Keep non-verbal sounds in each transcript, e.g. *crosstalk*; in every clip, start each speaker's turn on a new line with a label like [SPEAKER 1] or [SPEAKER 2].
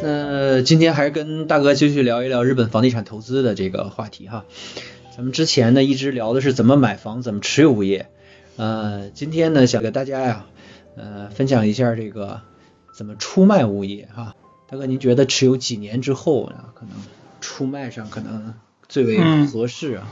[SPEAKER 1] 呃，哦今天还是跟大哥继续聊一聊日本房地产投资的这个话题哈。咱们之前呢一直聊的是怎么买房，怎么持有物业。呃，今天呢想给大家呀，呃，分享一下这个怎么出卖物业哈。大哥，您觉得持有几年之后呢，可能出卖上可能最为合适啊？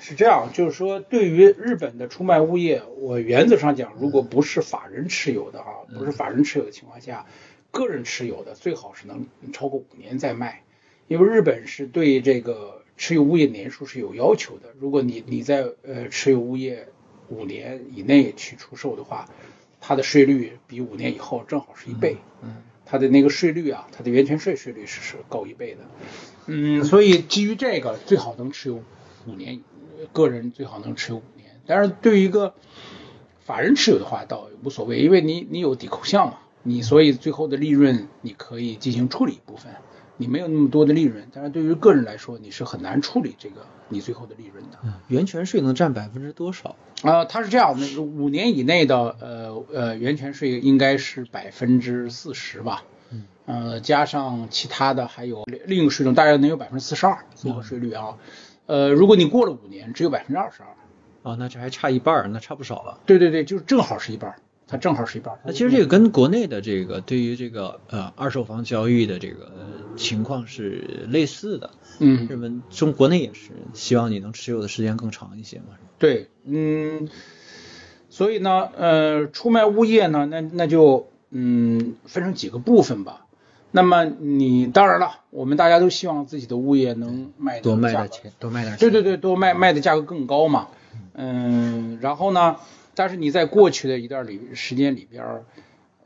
[SPEAKER 2] 是这样，就是说，对于日本的出卖物业，我原则上讲，如果不是法人持有的啊，不是法人持有的情况下，个人持有的最好是能超过五年再卖，因为日本是对这个持有物业年数是有要求的。如果你你在呃持有物业五年以内去出售的话，它的税率比五年以后正好是一倍。
[SPEAKER 1] 嗯
[SPEAKER 2] 它的那个税率啊，它的源泉税税率是是高一倍的。嗯，所以基于这个，最好能持有五年，呃个人最好能持有五年。但是对于一个法人持有的话，倒无所谓，因为你你有抵扣项嘛，你所以最后的利润你可以进行处理一部分，你没有那么多的利润。但是对于个人来说，你是很难处理这个你最后的利润的。
[SPEAKER 1] 嗯，源泉税能占百分之多少？
[SPEAKER 2] 啊，它是这样，那个五年以内的呃呃源泉税应该是百分之四十吧，
[SPEAKER 1] 嗯，
[SPEAKER 2] 呃加上其他的还有另另一个税种，大概能有百分之四十
[SPEAKER 1] 嗯
[SPEAKER 2] 二综合税率啊，呃如果你过了五年，只有百分之二十二，
[SPEAKER 1] 啊，那这还差一半儿，那差不少了。
[SPEAKER 2] 对对对，就是正好是一半儿，它正好是一半儿。
[SPEAKER 1] 那其实这个跟国内的这个对于这个呃二手房交易的这个呃情况是类似的，
[SPEAKER 2] 嗯
[SPEAKER 1] 日本中国内也是希望你能持有的时间更长一些嘛。
[SPEAKER 2] 对，嗯，所以呢，呃，出卖物业呢，那那就嗯分成几个部分吧。那么你当然了，我们大家都希望自己的物业能卖得
[SPEAKER 1] 多卖
[SPEAKER 2] 价
[SPEAKER 1] 点
[SPEAKER 2] 格
[SPEAKER 1] 钱，多卖点钱。
[SPEAKER 2] 对对对，多卖卖的价格更高嘛。嗯，然后呢，但是你在过去的一段里时间里边儿，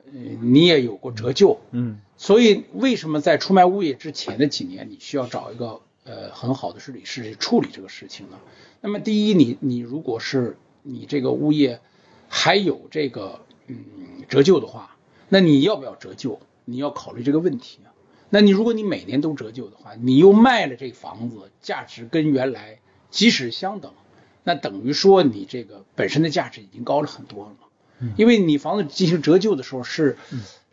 [SPEAKER 2] 呃，你也有过折旧，
[SPEAKER 1] 嗯
[SPEAKER 2] 所以为什么在出卖物业之前的几年，你需要找一个呃很好的治理师去处理这个事情呢？那么第一，你你如果是你这个物业还有这个嗯折旧的话，那你要不要折旧？你要考虑这个问题啊。那你如果你每年都折旧的话，你又卖了这个房子，价值跟原来即使相等，那等于说你这个本身的价值已经高了很多了嘛。因为你房子进行折旧的时候是，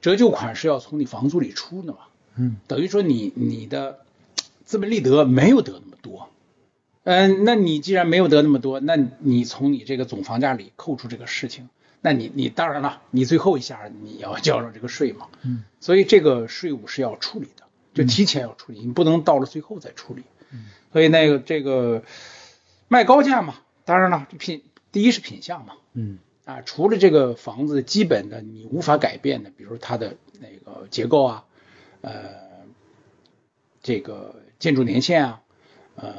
[SPEAKER 2] 折旧款是要从你房租里出的嘛，
[SPEAKER 1] 嗯，
[SPEAKER 2] 等于说你你的嘖资本利得没有得那么多，嗯，那你既然没有得那么多，那你从你这个总房价里扣除这个事情，那你你当然了，你最后一下你要交上这个税嘛，
[SPEAKER 1] 嗯，
[SPEAKER 2] 所以这个税务是要处理的，就提前要处理，你不能到了最后再处理，嗯，所以那个这个卖高价嘛，当然了，这品第一是品相嘛，
[SPEAKER 1] 嗯
[SPEAKER 2] 啊，除了这个房子基本的你无法改变的，比如它的那个结构啊，呃，这个建筑年限啊，呃，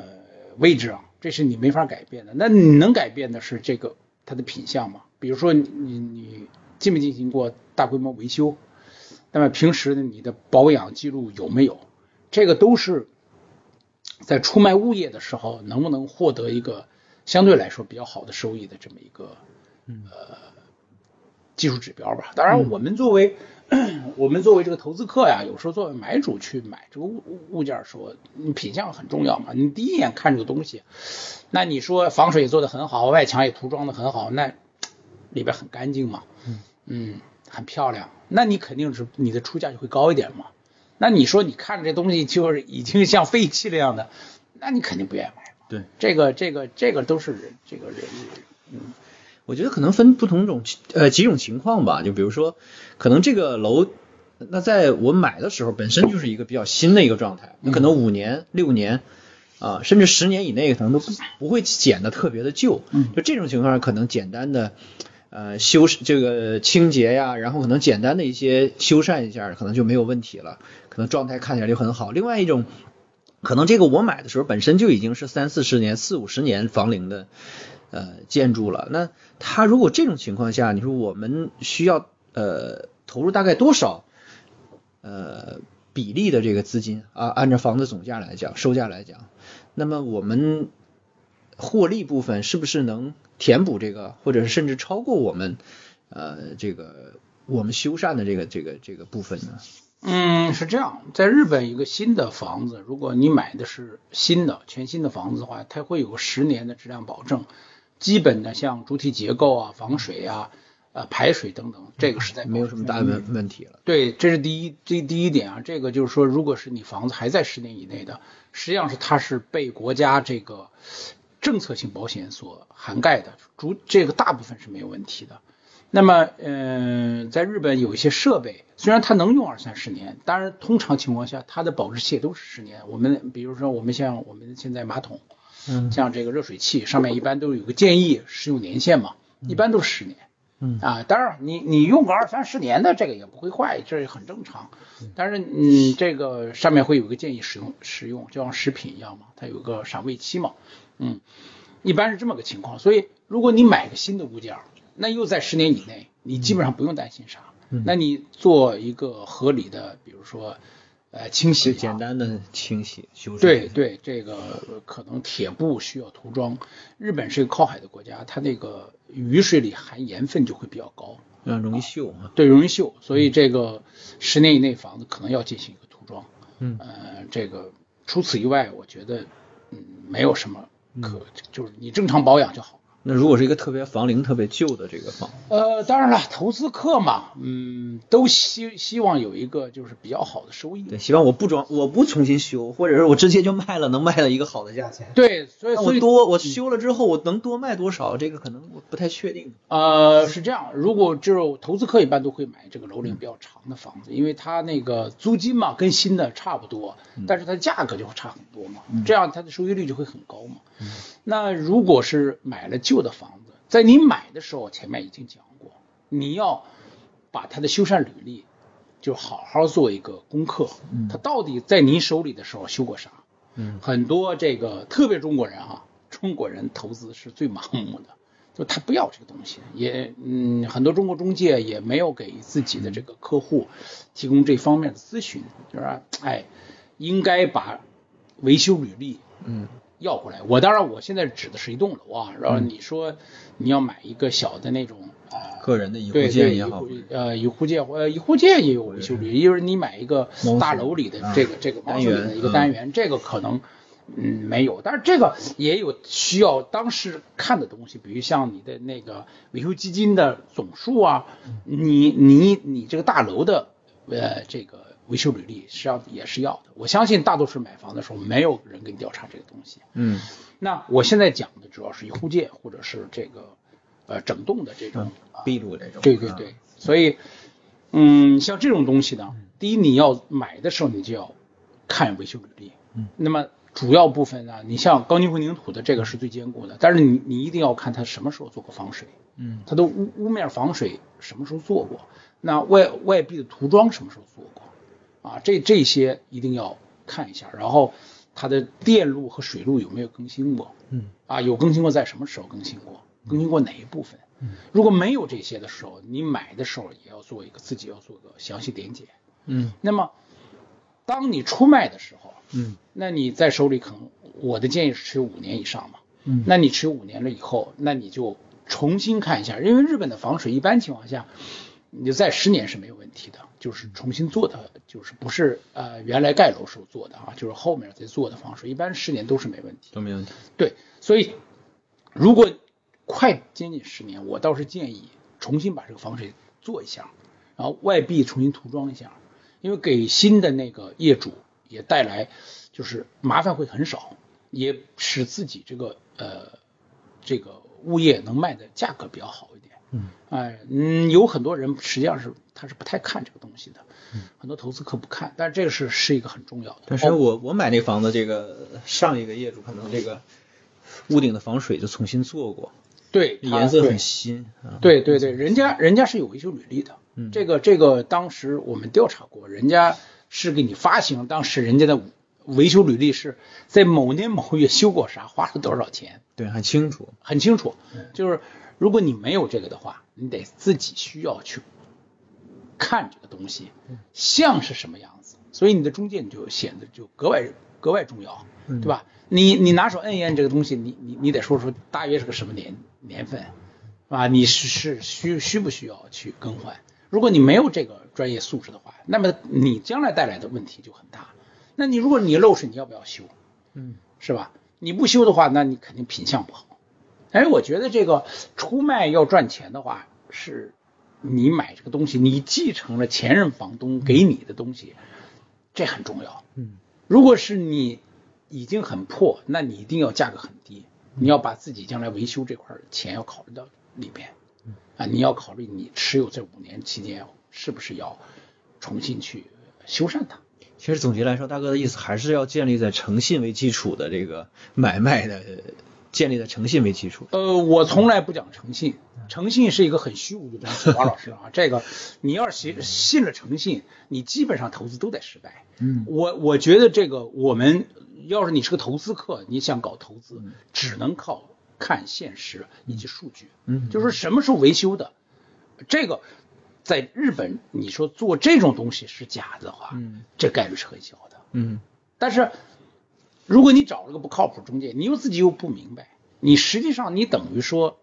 [SPEAKER 2] 位置啊，这是你没法改变的。那你能改变的是这个它的品相嘛？比如说你你你进没进行过大规模维修，那么平时呢你的保养记录有没有？这个都是在出卖物业的时候能不能获得一个相对来说比较好的收益的这么一个技术指标吧。当然，我们作为、 *clears throat* 我们作为这个投资客呀，有时候作为买主去买这个物物物件的时候，你品相很重要嘛。你第一眼看这个东西，那你说防水也做得很好，外墙也涂装得很好，那里边很干净嘛，嗯很漂亮，那你肯定是你的出价就会高一点嘛。那你说你看这东西就是已经像废弃了样的，那你肯定不愿意买嘛。
[SPEAKER 1] 对，
[SPEAKER 2] 这个这个这个都是人这个人
[SPEAKER 1] 我觉得可能分不同种呃几种情况吧，就比如说，可能这个楼，那在我买的时候本身就是一个比较新的一个状态，那可能五年、六年啊、甚至十年以内，可能都不不会显得特别的旧。就这种情况下，可能简单的呃修饰这个清洁呀，然后可能简单的一些修缮一下，可能就没有问题了，可能状态看起来就很好。另外一种。可能这个我买的时候本身就已经是三四十年、四五十年房龄的呃建筑了。那它如果这种情况下，你说我们需要呃投入大概多少呃比例的这个资金啊？按照房子总价来讲，售价来讲，那么我们获利部分是不是能填补这个，或者是甚至超过我们呃这个我们修缮的这个这个这个部分呢？
[SPEAKER 2] 嗯，是这样，在日本一个新的房子，如果你买的是新的、全新的房子的话，它会有个十年的质量保证，基本的像主体结构啊、防水啊、呃排水等等，这个是在
[SPEAKER 1] 没有什么大问问题了。
[SPEAKER 2] 对，这是第一，这第一点啊，这个就是说，如果是你房子还在十年以内的，实际上是它是被国家这个政策性保险所涵盖的，主这个大部分是没有问题的。那么，嗯、在日本有一些设备，虽然它能用二三十年，当然通常情况下它的保质期也都是十年。我们比如说，我们像我们现在马桶，
[SPEAKER 1] 嗯
[SPEAKER 2] 像这个热水器上面一般都有个建议使用年限嘛，一般都是十年。
[SPEAKER 1] 嗯
[SPEAKER 2] 啊，当然你你用个二三十年的这个也不会坏，这也很正常。但是嗯，这个上面会有个建议使用使用，就像食品一样嘛，它有个赏味期嘛。嗯，一般是这么个情况。所以如果你买个新的物件儿，那又在十年以内，你基本上不用担心啥。
[SPEAKER 1] 嗯
[SPEAKER 2] 那你做一个合理的，比如说呃清洗、
[SPEAKER 1] 最
[SPEAKER 2] 啊，
[SPEAKER 1] 简单的清洗修饰。
[SPEAKER 2] 对对，这个呃可能铁布需要涂装。日本是个靠海的国家，它那个雨水里含盐分就会比较高，
[SPEAKER 1] 嗯，容易锈啊。
[SPEAKER 2] 对，容易锈，所以这个十年以内房子可能要进行一个涂装。
[SPEAKER 1] 嗯
[SPEAKER 2] 呃，这个除此以外，我觉得嗯没有什么
[SPEAKER 1] 嗯
[SPEAKER 2] 可，就是你正常保养就好。
[SPEAKER 1] 那如果是一个特别房龄特别旧的这个房，
[SPEAKER 2] 呃，当然了，投资客嘛，嗯，都希希望有一个就是比较好的收益。
[SPEAKER 1] 对，希望我不装，我不重新修，或者是我直接就卖了，能卖到一个好的价钱。
[SPEAKER 2] 对，所以
[SPEAKER 1] 那嗯
[SPEAKER 2] 所
[SPEAKER 1] 我
[SPEAKER 2] 以
[SPEAKER 1] 多我修了之后，我能多卖多少？这个可能我不太确定。
[SPEAKER 2] 呃，是这样，如果就是投资客一般都会买这个楼龄比较长的房子，因为它那个租金嘛跟新的差不多，但是它价格就会差很多嘛，这样它的收益率就会很高嘛。那如果是买了旧的房子，在你买的时候，前面已经讲过，你要把它的修缮履历就好好做一个功课，它到底在你手里的时候修过啥？
[SPEAKER 1] 嗯，
[SPEAKER 2] 很多这个特别中国人啊，中国人投资是最盲目的，就他不要这个东西，也嗯，很多中国中介也没有给自己的这个客户提供这方面的咨询，就是说哎，应该把维修履历
[SPEAKER 1] 嗯
[SPEAKER 2] 要过来。我当然我现在指的是一栋楼啊，然后你说你要买一个小的那种啊。
[SPEAKER 1] 个人的一
[SPEAKER 2] 对
[SPEAKER 1] 户
[SPEAKER 2] 对，
[SPEAKER 1] 建
[SPEAKER 2] 一
[SPEAKER 1] 也好
[SPEAKER 2] 户，呃，一户建呃，一户建也有维修率，因为你买一个
[SPEAKER 1] 茅
[SPEAKER 2] 大
[SPEAKER 1] 舍
[SPEAKER 2] 楼里的
[SPEAKER 1] 啊
[SPEAKER 2] 这个这个茅
[SPEAKER 1] 单
[SPEAKER 2] 舍里
[SPEAKER 1] 元
[SPEAKER 2] 的一个
[SPEAKER 1] 嗯
[SPEAKER 2] 单元，这个可能嗯没有，但是这个也有需要当时看的东西，比如像你的那个维修基金的总数啊，
[SPEAKER 1] 嗯
[SPEAKER 2] 你你你这个大楼的呃这个维修履历实际上也是要的。我相信大多数买房的时候没有人给你调查这个东西，
[SPEAKER 1] 嗯
[SPEAKER 2] 那我现在讲的主要是一户建或者是这个呃整栋的这种
[SPEAKER 1] 嗯，闭路这种。
[SPEAKER 2] 对对
[SPEAKER 1] 啊
[SPEAKER 2] 对，所以，嗯，像这种东西呢，第一你要买的时候你就要看维修履历，
[SPEAKER 1] 嗯，
[SPEAKER 2] 那么主要部分呢，你像钢筋混凝土的这个是最坚固的，但是你你一定要看它什么时候做过防水，
[SPEAKER 1] 嗯
[SPEAKER 2] 它的屋屋面防水什么时候做过，那外外壁的涂装什么时候做过，啊，这这些一定要看一下，然后它的电路和水路有没有更新过，
[SPEAKER 1] 嗯
[SPEAKER 2] 啊，有更新过在什么时候更新过，更新过哪一部分？
[SPEAKER 1] 嗯
[SPEAKER 2] 如果没有这些的时候，你买的时候也要做一个自己要做个详细点检。
[SPEAKER 1] 嗯
[SPEAKER 2] 那么，当你出卖的时候，
[SPEAKER 1] 嗯
[SPEAKER 2] 那你在手里可能我的建议是持有五年以上嘛，
[SPEAKER 1] 嗯
[SPEAKER 2] 那你持有五年了以后，那你就重新看一下，因为日本的防水一般情况下，你在十年是没有问题的，就是重新做的，就是不是呃原来盖楼时候做的啊，就是后面再做的防水，一般十年都是没问题。
[SPEAKER 1] 都没问题。
[SPEAKER 2] 对，所以如果快接近十年，我倒是建议重新把这个防水做一下，然后外壁重新涂装一下，因为给新的那个业主也带来就是麻烦会很少，也使自己这个呃这个物业能卖的价格比较好一点。
[SPEAKER 1] 嗯，
[SPEAKER 2] 哎，嗯，有很多人实际上是他是不太看这个东西的，很多投资客不看，但这个是是一个很重要的。
[SPEAKER 1] 嗯
[SPEAKER 2] 哦
[SPEAKER 1] 但是我我买那房子，这个上一个业主可能这个屋顶的防水就重新做过，
[SPEAKER 2] 对，它
[SPEAKER 1] 颜色
[SPEAKER 2] 对
[SPEAKER 1] 很新啊。
[SPEAKER 2] 对对对，人家人家是有维修履历的，
[SPEAKER 1] 嗯
[SPEAKER 2] 这个这个当时我们调查过，人家是给你发行，当时人家的维修履历是在某年某月修过啥，花了多少钱，
[SPEAKER 1] 对，很清楚。
[SPEAKER 2] 很清楚。就是如果你没有这个的话，你得自己需要去看这个东西像是什么样子，所以你的中介你就显得就格外格外重要，对吧？你你拿手摁一摁这个东西，你你你得说出大约是个什么年年份，啊，你是是需需不需要去更换？如果你没有这个专业素质的话，那么你将来带来的问题就很大。那你如果你漏水，你要不要修？
[SPEAKER 1] 嗯
[SPEAKER 2] 是吧？你不修的话，那你肯定品相不好。哎，我觉得这个出卖要赚钱的话，是你买这个东西，你继承了前任房东给你的东西，这很重要。
[SPEAKER 1] 嗯，
[SPEAKER 2] 如果是你已经很破，那你一定要价格很低，你要把自己将来维修这块儿的钱要考虑到里边。啊，你要考虑你持有这五年期间是不是要重新去修缮它。
[SPEAKER 1] 其实总结来说，大哥的意思还是要建立在诚信为基础的这个买卖的，建立在诚信为基础。
[SPEAKER 2] 呃，我从来不讲诚信，
[SPEAKER 1] 嗯
[SPEAKER 2] 诚信是一个很虚无的东西，王老师啊，这个你要是信信了诚信，你基本上投资都得失败。
[SPEAKER 1] 嗯，
[SPEAKER 2] 我我觉得这个我们要是你是个投资客，你想搞投资，
[SPEAKER 1] 嗯
[SPEAKER 2] 只能靠看现实以及数据。
[SPEAKER 1] 嗯
[SPEAKER 2] 就是说什么时候维修的，这个在日本你说做这种东西是假的话，
[SPEAKER 1] 嗯，
[SPEAKER 2] 这概率是很小的。
[SPEAKER 1] 嗯
[SPEAKER 2] 但是如果你找了个不靠谱中介，你又自己又不明白，你实际上你等于说，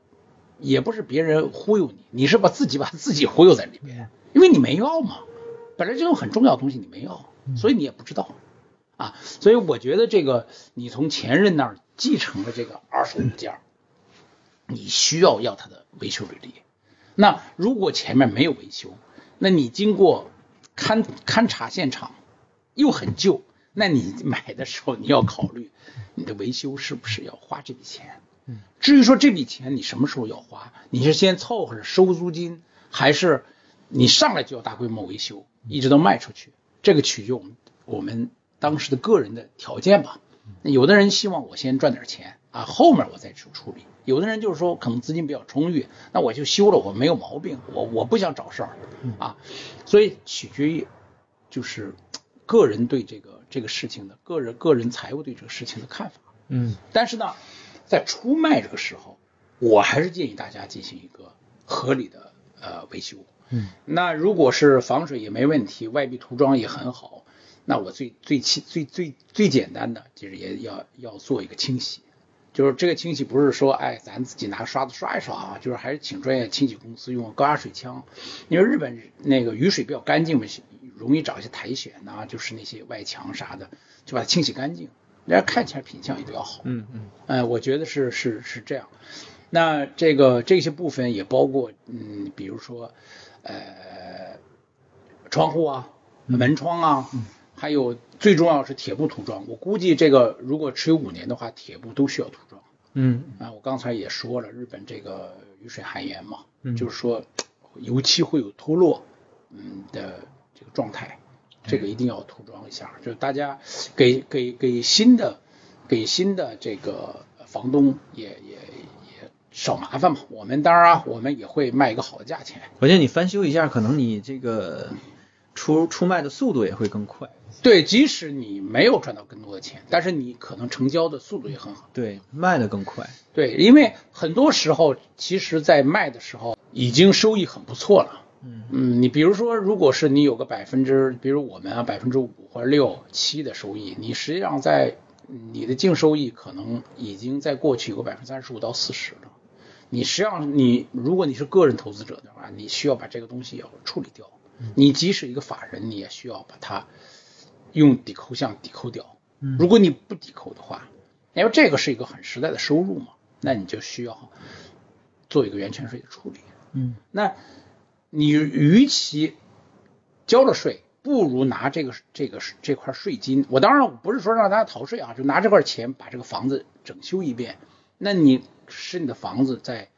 [SPEAKER 2] 也不是别人忽悠你，你是把自己把自己忽悠在里边，因为你没要嘛，本来这种很重要的东西你没要，所以你也不知道。啊，所以我觉得这个你从前任那儿继承了这个二手物件儿，你需要要它的维修履历。那如果前面没有维修，那你经过勘勘察现场又很旧，那你买的时候你要考虑你的维修是不是要花这笔钱。至于说这笔钱你什么时候要花，你是先凑合着收租金，还是你上来就要大规模维修，一直到卖出去，这个取决我们我们当时的个人的条件吧。那有的人希望我先赚点钱啊，后面我再去处理；有的人就是说可能资金比较充裕，那我就修了，我没有毛病，我我不想找事儿啊，所以取决于就是个人对这个这个事情的个人个人财务对这个事情的看法。
[SPEAKER 1] 嗯
[SPEAKER 2] 但是呢，在出卖这个时候，我还是建议大家进行一个合理的呃维修。
[SPEAKER 1] 嗯，
[SPEAKER 2] 那如果是防水也没问题，外壁涂装也很好，那我最最清最最最简单的就是也要要做一个清洗，就是这个清洗不是说哎咱自己拿刷子刷一刷啊，就是还是请专业清洗公司用高压水枪，因为日本那个雨水比较干净嘛，容易找一些苔藓呐、就是那些外墙啥的，就把它清洗干净，人家看起来品相也比较好。
[SPEAKER 1] 嗯嗯
[SPEAKER 2] 呃，我觉得是是是这样。那这个这些部分也包括，嗯，比如说，呃，窗户啊、门窗啊，还有最重要是铁布涂装。我估计这个如果持有五年的话，铁布都需要涂装。
[SPEAKER 1] 嗯
[SPEAKER 2] 啊，我刚才也说了，日本这个雨水含盐嘛，
[SPEAKER 1] 嗯
[SPEAKER 2] 就是说油漆会有脱落，嗯的这个状态，这个一定要涂装一下。就是大家给给给新的给新的这个房东也也也少麻烦嘛。我们当然啊我们也会卖一个好的价钱。
[SPEAKER 1] 我觉得你翻修一下，可能你这个出出卖的速度也会更快。
[SPEAKER 2] 对，即使你没有赚到更多的钱，但是你可能成交的速度也很好。
[SPEAKER 1] 对，卖的更快。
[SPEAKER 2] 对，因为很多时候，其实，在卖的时候已经收益很不错了。
[SPEAKER 1] 嗯
[SPEAKER 2] 你比如说，如果是你有个百分之，比如我们啊，百分之五或者六七的收益，你实际上在你的净收益可能已经在过去有个百分之三十五到四十了。你实际上你如果你是个人投资者的话，你需要把这个东西要处理掉。你即使一个法人，你也需要把它用抵扣项抵扣掉。如果你不抵扣的话，因为这个是一个很实在的收入嘛，那你就需要做一个源泉税的处理。
[SPEAKER 1] 嗯
[SPEAKER 2] 那你与其交了税，不如拿这个这个这块税金。我当然不是说让大家逃税啊，就拿这块钱把这个房子整修一遍。那你使你的房子在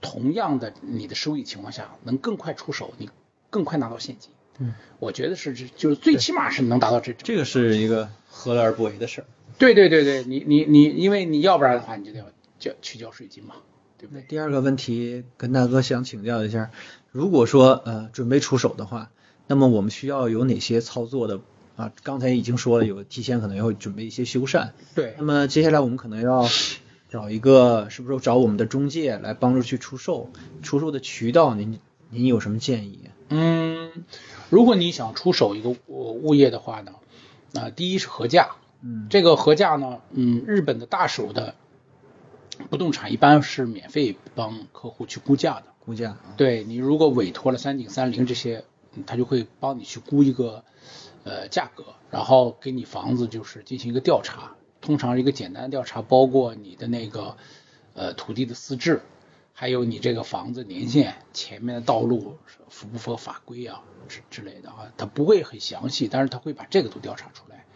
[SPEAKER 2] 同样的你的收益情况下，能更快出手，你更快拿到现金。
[SPEAKER 1] 嗯，
[SPEAKER 2] 我觉得是这就是最起码是能达到这种。
[SPEAKER 1] 这个是一个何乐而不为的事儿。
[SPEAKER 2] 对对对对，你你你，因为你要不然的话，你就得要交去交税金嘛，对不
[SPEAKER 1] 那
[SPEAKER 2] 对？
[SPEAKER 1] 第二个问题，跟大哥想请教一下，如果说呃准备出手的话，那么我们需要有哪些操作的啊？刚才已经说了，有提前可能要准备一些修缮。
[SPEAKER 2] 对
[SPEAKER 1] 那么接下来我们可能要找一个，是不是找我们的中介来帮助去出售？出售的渠道您您有什么建议？
[SPEAKER 2] 嗯，如果你想出手一个物物业的话呢，啊、第一是合价，
[SPEAKER 1] 嗯
[SPEAKER 2] 这个合价呢，嗯，日本的大手的不动产一般是免费帮客户去估价的，
[SPEAKER 1] 估价啊，
[SPEAKER 2] 对你如果委托了三井三菱这些，嗯他就会帮你去估一个呃价格，然后给你房子就是进行一个调查，通常一个简单的调查包括你的那个呃土地的资质，还有你这个房子年限、前面的道路符不符合法规啊之之类的啊，他不会很详细，但是他会把这个都调查出来，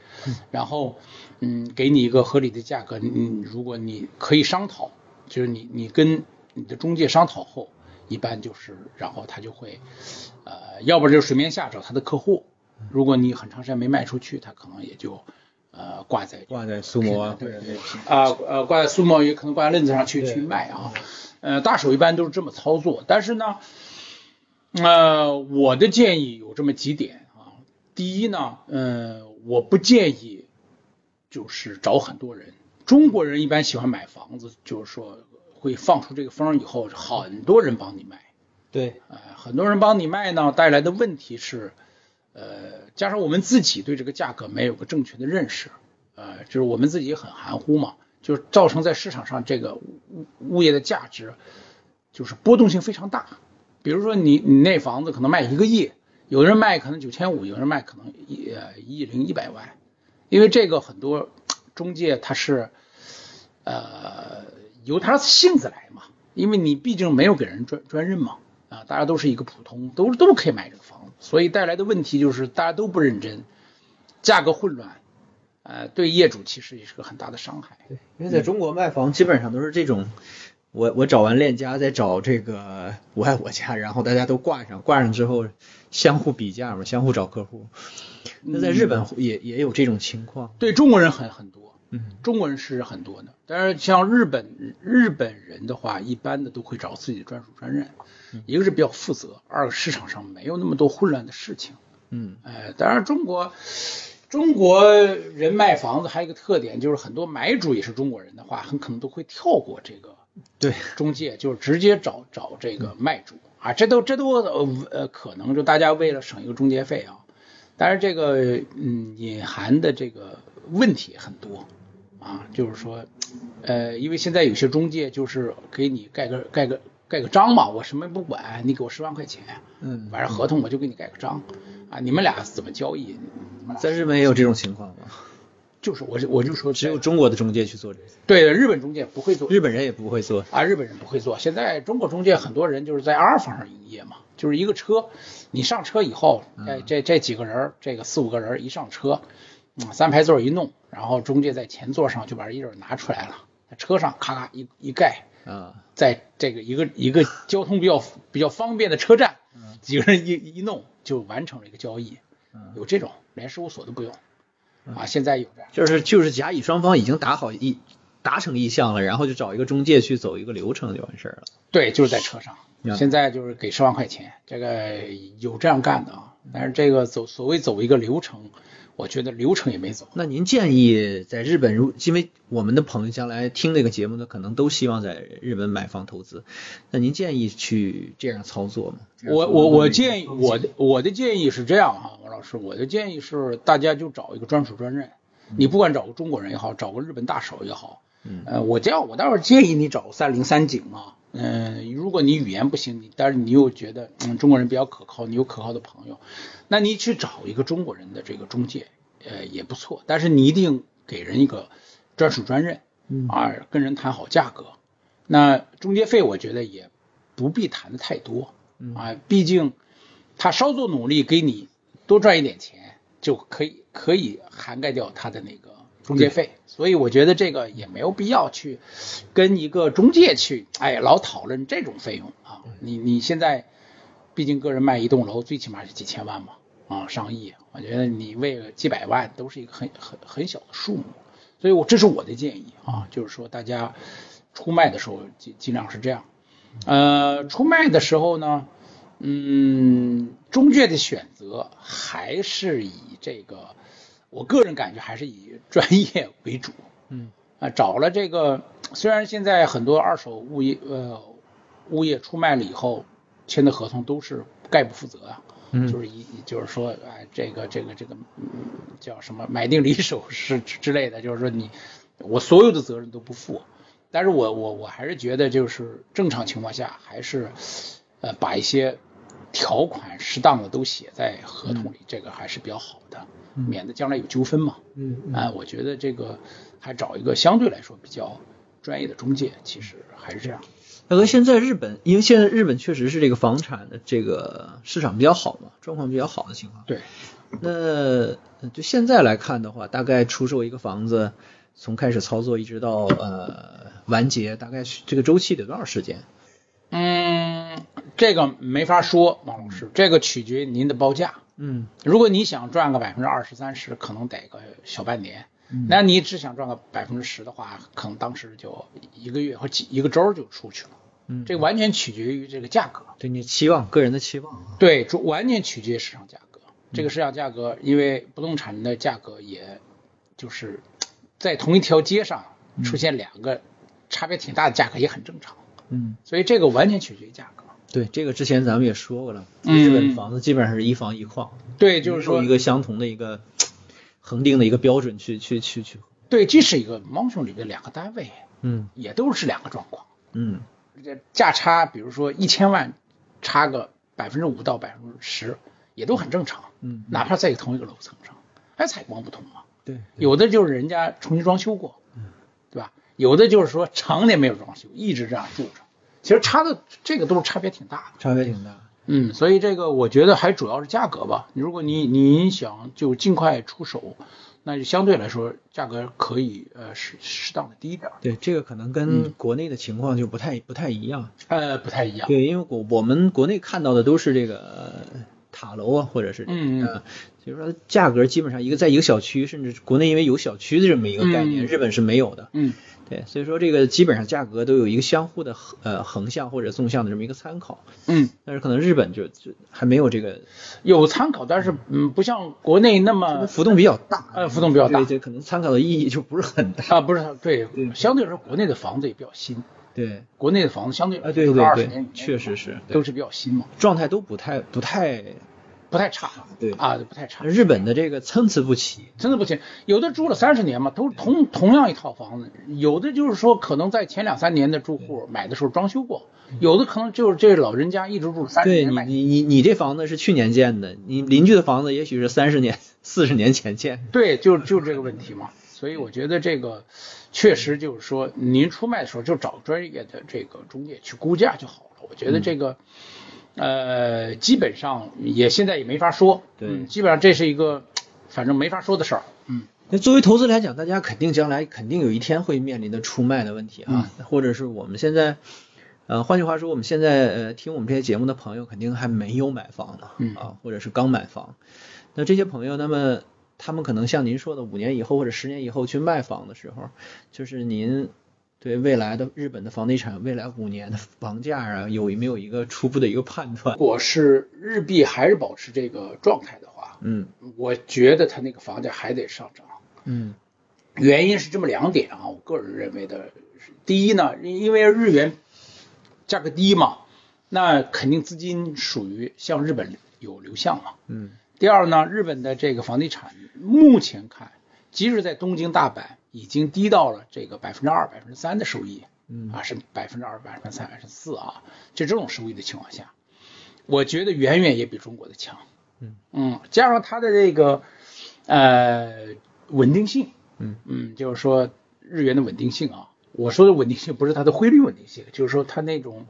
[SPEAKER 2] 然后嗯，给你一个合理的价格，嗯，如果你可以商讨，就是你你跟你的中介商讨后，一般就是然后他就会呃，要不然就是水面下找他的客户，如果你很长时间没卖出去，他可能也就呃挂在
[SPEAKER 1] 挂在苏摩啊，或者那
[SPEAKER 2] 啊呃挂在苏贸易，可能挂在链子上去
[SPEAKER 1] 对
[SPEAKER 2] 去卖啊。呃，大手一般都是这么操作，但是呢，呃，我的建议有这么几点啊。第一呢，呃，我不建议就是找很多人。中国人一般喜欢买房子，就是说会放出这个风儿以后，很多人帮你卖。
[SPEAKER 1] 对
[SPEAKER 2] 呃，很多人帮你卖呢，带来的问题是，呃，加上我们自己对这个价格没有个正确的认识，呃，就是我们自己也很含糊嘛，就是造成在市场上这个物物业的价值就是波动性非常大。比如说你你那房子可能卖一个亿，有的人卖可能九千五，有的人卖可能一呃一亿零一百万，因为这个很多中介他是呃由他性子来嘛，因为你毕竟没有给人专专任嘛，啊，大家都是一个普通，都都可以买这个房子，所以带来的问题就是大家都不认真，价格混乱，呃，对业主其实也是个很大的伤害。
[SPEAKER 1] 对，因为在中国卖房基本上都是这种。我我找完链家，再找这个 *laughs* 我爱我家，然后大家都挂上，挂上之后相互比价嘛，相互找客户。那在日本也也有这种情况，
[SPEAKER 2] 嗯对中国人很很多，
[SPEAKER 1] 嗯，
[SPEAKER 2] 中国人是很多的，但是像日本日本人的话，一般的都会找自己的专属专任，
[SPEAKER 1] 嗯
[SPEAKER 2] 一个是比较负责，二个市场上没有那么多混乱的事情。
[SPEAKER 1] 嗯，
[SPEAKER 2] 哎，当然中国中国人卖房子还有一个特点，就是很多买主也是中国人的话，很可能都会跳过这个
[SPEAKER 1] 对，
[SPEAKER 2] 中介，就是直接找找这个卖主啊，这都这都呃呃可能就大家为了省一个中介费啊，但是这个嗯隐含的这个问题很多啊，就是说呃，因为现在有些中介就是给你盖个盖个盖个章嘛，我什么也不管，你给我十万块钱，
[SPEAKER 1] 嗯
[SPEAKER 2] 反正合同我就给你盖个章啊，你们俩怎么交易？你们俩
[SPEAKER 1] 在日本也有这种情况吗？
[SPEAKER 2] 就是我就我就说
[SPEAKER 1] 只有
[SPEAKER 2] 在
[SPEAKER 1] 中国的中介去做这个，
[SPEAKER 2] 对日本中介不会做
[SPEAKER 1] 日本人也不会做。
[SPEAKER 2] 啊，日本人不会做。现在中国中介很多人就是在阿尔法上营业嘛，就是一个车，你上车以后，这这这几个人儿，这个四五个人儿一上车，嗯，三排座一弄，然后中介在前座上就把一人拿出来了，在车上咔咔一一盖，
[SPEAKER 1] 啊，
[SPEAKER 2] 在这个一个一个交通比较比较方便的车站，几个人一一弄就完成了一个交易，有这种连事务所都不用啊，现在有这样。
[SPEAKER 1] 就是就是甲乙双方已经打好意达成意向了，然后就找一个中介去走一个流程就完事儿了。
[SPEAKER 2] 对，就是在车上。
[SPEAKER 1] 嗯
[SPEAKER 2] 现在就是给十万块钱，这个有这样干的啊。但是这个走所谓走一个流程，我觉得流程也没走。
[SPEAKER 1] 那您建议在日本，如因为我们的朋友将来听这个节目的，可能都希望在日本买房投资，那您建议去这样操作吗？
[SPEAKER 2] 我我我建议我的我的建议是这样哈、王老师，我的建议是大家就找一个专属专任，你不管找个中国人也好，找个日本大手也好，
[SPEAKER 1] 嗯
[SPEAKER 2] 呃，我这样我待会儿建议你找三零三井啊，嗯、如果你语言不行，你但是你又觉得嗯中国人比较可靠，你有可靠的朋友，那你去找一个中国人的这个中介，呃也不错，但是你一定给人一个专属专任，
[SPEAKER 1] 嗯
[SPEAKER 2] 啊，跟人谈好价格，那中介费我觉得也不必谈的太多，
[SPEAKER 1] 嗯
[SPEAKER 2] 啊，毕竟他稍作努力给你多赚一点钱，就可以可以涵盖掉他的那个中介费，所以我觉得这个也没有必要去跟一个中介去哎老讨论这种费用啊，你你现在毕竟个人卖一栋楼最起码是几千万嘛，啊上亿，我觉得你为了几百万都是一个很很很小的数目，所以我这是我的建议啊，就是说大家出卖的时候尽尽量是这样，呃，出卖的时候呢，嗯，中介的选择还是以这个，我个人感觉还是以专业为主，
[SPEAKER 1] 嗯
[SPEAKER 2] 啊，找了这个，虽然现在很多二手物业呃物业出卖了以后签的合同都是概不负责啊，
[SPEAKER 1] 嗯
[SPEAKER 2] 就是一就是说哎这个这个这个、嗯、叫什么买定离手是之之类的，就是说你我所有的责任都不负，但是我我我还是觉得就是正常情况下还是呃把一些条款适当的都写在合同里，这个还是比较好的，免得将来有纠纷嘛。
[SPEAKER 1] 嗯
[SPEAKER 2] 啊，我觉得这个还找一个相对来说比较专业的中介，其实还是这样。
[SPEAKER 1] 大哥，现在日本，因为现在日本确实是这个房产的这个市场比较好嘛，状况比较好的情况。
[SPEAKER 2] 对，
[SPEAKER 1] 那就现在来看的话，大概出售一个房子，从开始操作一直到呃完结，大概是这个周期得多少时间？
[SPEAKER 2] 嗯，这个没法说，王老师，这个取决于您的报价。
[SPEAKER 1] 嗯
[SPEAKER 2] 如果你想赚个百分之二十、三十，可能得个小半年。
[SPEAKER 1] 嗯
[SPEAKER 2] 那你只想赚个百分之十的话，可能当时就一个月或几一个周就出去了。
[SPEAKER 1] 嗯，
[SPEAKER 2] 这完全取决于这个价格，
[SPEAKER 1] 对你期望，个人的期望。啊
[SPEAKER 2] 对，主完全取决于市场价格。
[SPEAKER 1] 嗯
[SPEAKER 2] 这个市场价格，因为不动产的价格，也就是在同一条街上出现两个差别挺大的价格，也很正常。
[SPEAKER 1] 嗯，
[SPEAKER 2] 所以这个完全取决于价格。
[SPEAKER 1] 对，这个之前咱们也说过了，
[SPEAKER 2] 嗯
[SPEAKER 1] 日本房子基本上是一房一况，
[SPEAKER 2] 对，就是说
[SPEAKER 1] 没有一个相同的一个恒定的一个标准去去去去。
[SPEAKER 2] 对，即使一个 motion 里的两个单位，
[SPEAKER 1] 嗯
[SPEAKER 2] 也都是两个状况。
[SPEAKER 1] 嗯
[SPEAKER 2] 这价差，比如说一千万，差个百分之五到百分之十，也都很正常。
[SPEAKER 1] 嗯，
[SPEAKER 2] 哪怕在同一个楼层上，哎，采光不同嘛。
[SPEAKER 1] 对，
[SPEAKER 2] 有的就是人家重新装修过，对吧？有的就是说常年没有装修，一直这样住着。其实差的这个都是差别挺大的。
[SPEAKER 1] 差别挺大。
[SPEAKER 2] 嗯，所以这个我觉得还主要是价格吧。如果你你想就尽快出手，那就相对来说价格可以呃适适当的低一点儿，
[SPEAKER 1] 对，这个可能
[SPEAKER 2] 嗯
[SPEAKER 1] 跟国内的情况就不太不太一样。
[SPEAKER 2] 呃，不太一样。
[SPEAKER 1] 对，因为我我们国内看到的都是这个呃塔楼啊，或者是这
[SPEAKER 2] 嗯嗯
[SPEAKER 1] 个，呃就是说价格基本上一个在一个小区，甚至国内因为有小区的这么一个概念，
[SPEAKER 2] 嗯
[SPEAKER 1] 日本是没有的。
[SPEAKER 2] 嗯，
[SPEAKER 1] 对，所以说这个基本上价格都有一个相互的横呃横向或者纵向的这么一个参考，
[SPEAKER 2] 嗯，
[SPEAKER 1] 但是可能日本就就还没有这个
[SPEAKER 2] 有参考，但是嗯，不像国内那么
[SPEAKER 1] 浮动比较大，
[SPEAKER 2] 呃啊浮动比较大
[SPEAKER 1] 对，这可能参考的意义就不是很大。
[SPEAKER 2] 啊，不是对，相对来说国内的房子也比较新，
[SPEAKER 1] 对，
[SPEAKER 2] 国内的房子相对
[SPEAKER 1] 啊对对
[SPEAKER 2] 都是
[SPEAKER 1] 对
[SPEAKER 2] 二十年以内的嘛，
[SPEAKER 1] 确实是对
[SPEAKER 2] 都是比较新嘛，
[SPEAKER 1] 状态都不太不太，
[SPEAKER 2] 不太差，
[SPEAKER 1] 对
[SPEAKER 2] 啊，不太差，
[SPEAKER 1] 日本的这个参差不齐。
[SPEAKER 2] 真的不行。有的住了三十年嘛，都是同同样一套房子，有的就是说可能在前两三年的住户买的时候装修过，有的可能就是这老人家一直住了三十
[SPEAKER 1] 对
[SPEAKER 2] 年
[SPEAKER 1] 你
[SPEAKER 2] 买。
[SPEAKER 1] 你你你这房子是去年建的，你邻居的房子也许是三十年、四十年前建。
[SPEAKER 2] 对，就就这个问题嘛。所以我觉得这个确实就是说，您出卖的时候就找专业的这个中介去估价就好了。我觉得这个，呃，基本上也现在也没法说，
[SPEAKER 1] 对
[SPEAKER 2] 嗯基本上这是一个反正没法说的事儿，嗯，
[SPEAKER 1] 那作为投资来讲，大家肯定将来肯定有一天会面临的出卖的问题啊，
[SPEAKER 2] 嗯
[SPEAKER 1] 或者是我们现在，呃，换句话说，我们现在呃听我们这些节目的朋友肯定还没有买房呢，
[SPEAKER 2] 嗯
[SPEAKER 1] 啊，或者是刚买房。那这些朋友，那么他们可能像您说的，五年以后或者十年以后去卖房的时候，就是您对未来的日本的房地产未来五年的房价啊，有没有一个初步的一个判断
[SPEAKER 2] 如？果是日币还是保持这个状态的话，
[SPEAKER 1] 嗯
[SPEAKER 2] 我觉得它那个房价还得上涨。
[SPEAKER 1] 嗯。
[SPEAKER 2] 原因是这么两点啊，我个人认为的是，第一呢，因因为日元价格低嘛，那肯定资金属于向日本有流向嘛。
[SPEAKER 1] 嗯
[SPEAKER 2] 第二呢，日本的这个房地产目前看，即使在东京、大阪已经低到了这个百分之二、百分之三的收益，
[SPEAKER 1] 嗯
[SPEAKER 2] 啊，是百分之二、百分之三、百分之四啊，就这种收益的情况下，我觉得远远也比中国的强。
[SPEAKER 1] 嗯
[SPEAKER 2] 加上它的这个呃稳定性，
[SPEAKER 1] 嗯
[SPEAKER 2] 就是说日元的稳定性啊。我说的稳定性不是它的汇率稳定性，就是说它那种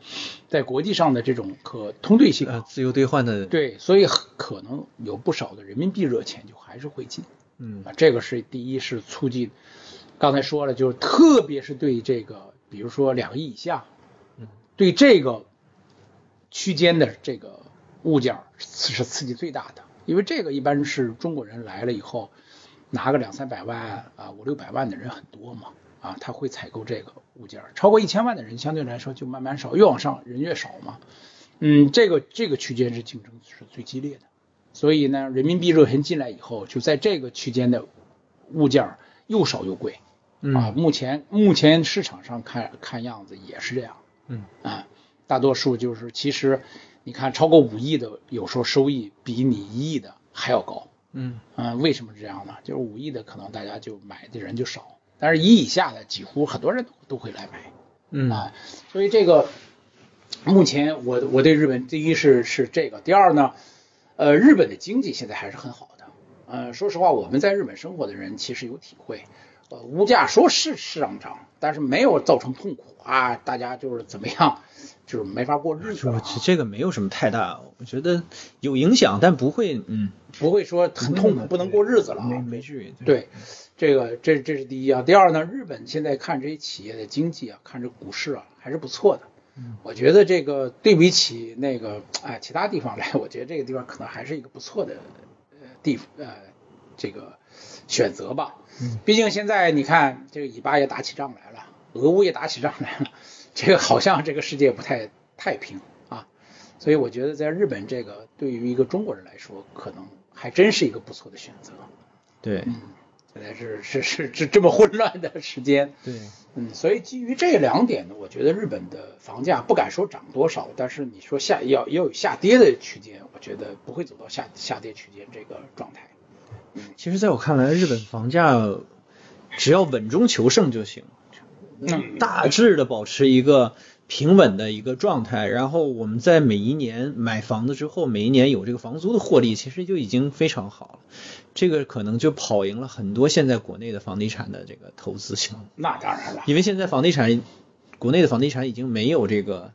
[SPEAKER 2] 在国际上的这种可通兑性啊、
[SPEAKER 1] 呃，自由兑换的，
[SPEAKER 2] 对，所以很可能有不少的人民币热钱就还是会进
[SPEAKER 1] 嗯
[SPEAKER 2] 啊，这个是第一是促进，刚才说了，就是特别是对这个，比如说两个亿以下，对这个区间的这个物件儿是是刺激最大的，因为这个一般是中国人来了以后拿个两三百万啊五六百万的人很多嘛啊，他会采购这个物件儿，超过一千万的人相对来说就慢慢少，越往上人越少嘛。嗯，这个这个区间是竞争是最激烈的，所以呢，人民币热钱进来以后，就在这个区间的物件儿又少又贵、啊。
[SPEAKER 1] 嗯
[SPEAKER 2] 目前目前市场上看看样子也是这样，
[SPEAKER 1] 嗯
[SPEAKER 2] 啊，大多数就是其实你看超过五亿的，有时候收益比你一亿的还要高。
[SPEAKER 1] 嗯
[SPEAKER 2] 嗯，为什么是这样呢？就是五亿的可能大家就买的人就少，但是一亿以下的几乎很多人都都会来买。
[SPEAKER 1] 嗯
[SPEAKER 2] 啊，所以这个目前我我对日本第一是是这个，第二呢，呃，日本的经济现在还是很好的。呃，说实话，我们在日本生活的人其实有体会，呃，物价说是上涨，但是没有造成痛苦啊，大家就是怎么样，就是没法过日子、
[SPEAKER 1] 就
[SPEAKER 2] 啊，
[SPEAKER 1] 这这个没有什么太大，我觉得有影响，但不会，嗯，
[SPEAKER 2] 不会说很痛苦，不能过日子了啊。
[SPEAKER 1] 没没至于。
[SPEAKER 2] 对，这个这这是第一啊。第二呢，日本现在看这些企业的经济啊，看这股市啊，还是不错的。我觉得这个对比起那个哎其他地方来，我觉得这个地方可能还是一个不错的呃地呃这个选择吧。毕竟现在你看，这个以巴也打起仗来了，俄乌也打起仗来了，这个好像这个世界不太太平啊。所以我觉得在日本这个对于一个中国人来说，可能还真是一个不错的选择。
[SPEAKER 1] 对
[SPEAKER 2] 现在是是是这这么混乱的时间，
[SPEAKER 1] 对，
[SPEAKER 2] 嗯，所以基于这两点呢，我觉得日本的房价不敢说涨多少，但是你说下要要有下跌的区间，我觉得不会走到下下跌区间这个状态。
[SPEAKER 1] 其实在我看来，日本房价只要稳中求胜就行，
[SPEAKER 2] 嗯
[SPEAKER 1] 大致的保持一个平稳的一个状态，然后我们在每一年买房子之后，每一年有这个房租的获利，其实就已经非常好了。这个可能就跑赢了很多现在国内的房地产的这个投资项目。
[SPEAKER 2] 那当然了，
[SPEAKER 1] 因为现在房地产，国内的房地产已经没有这个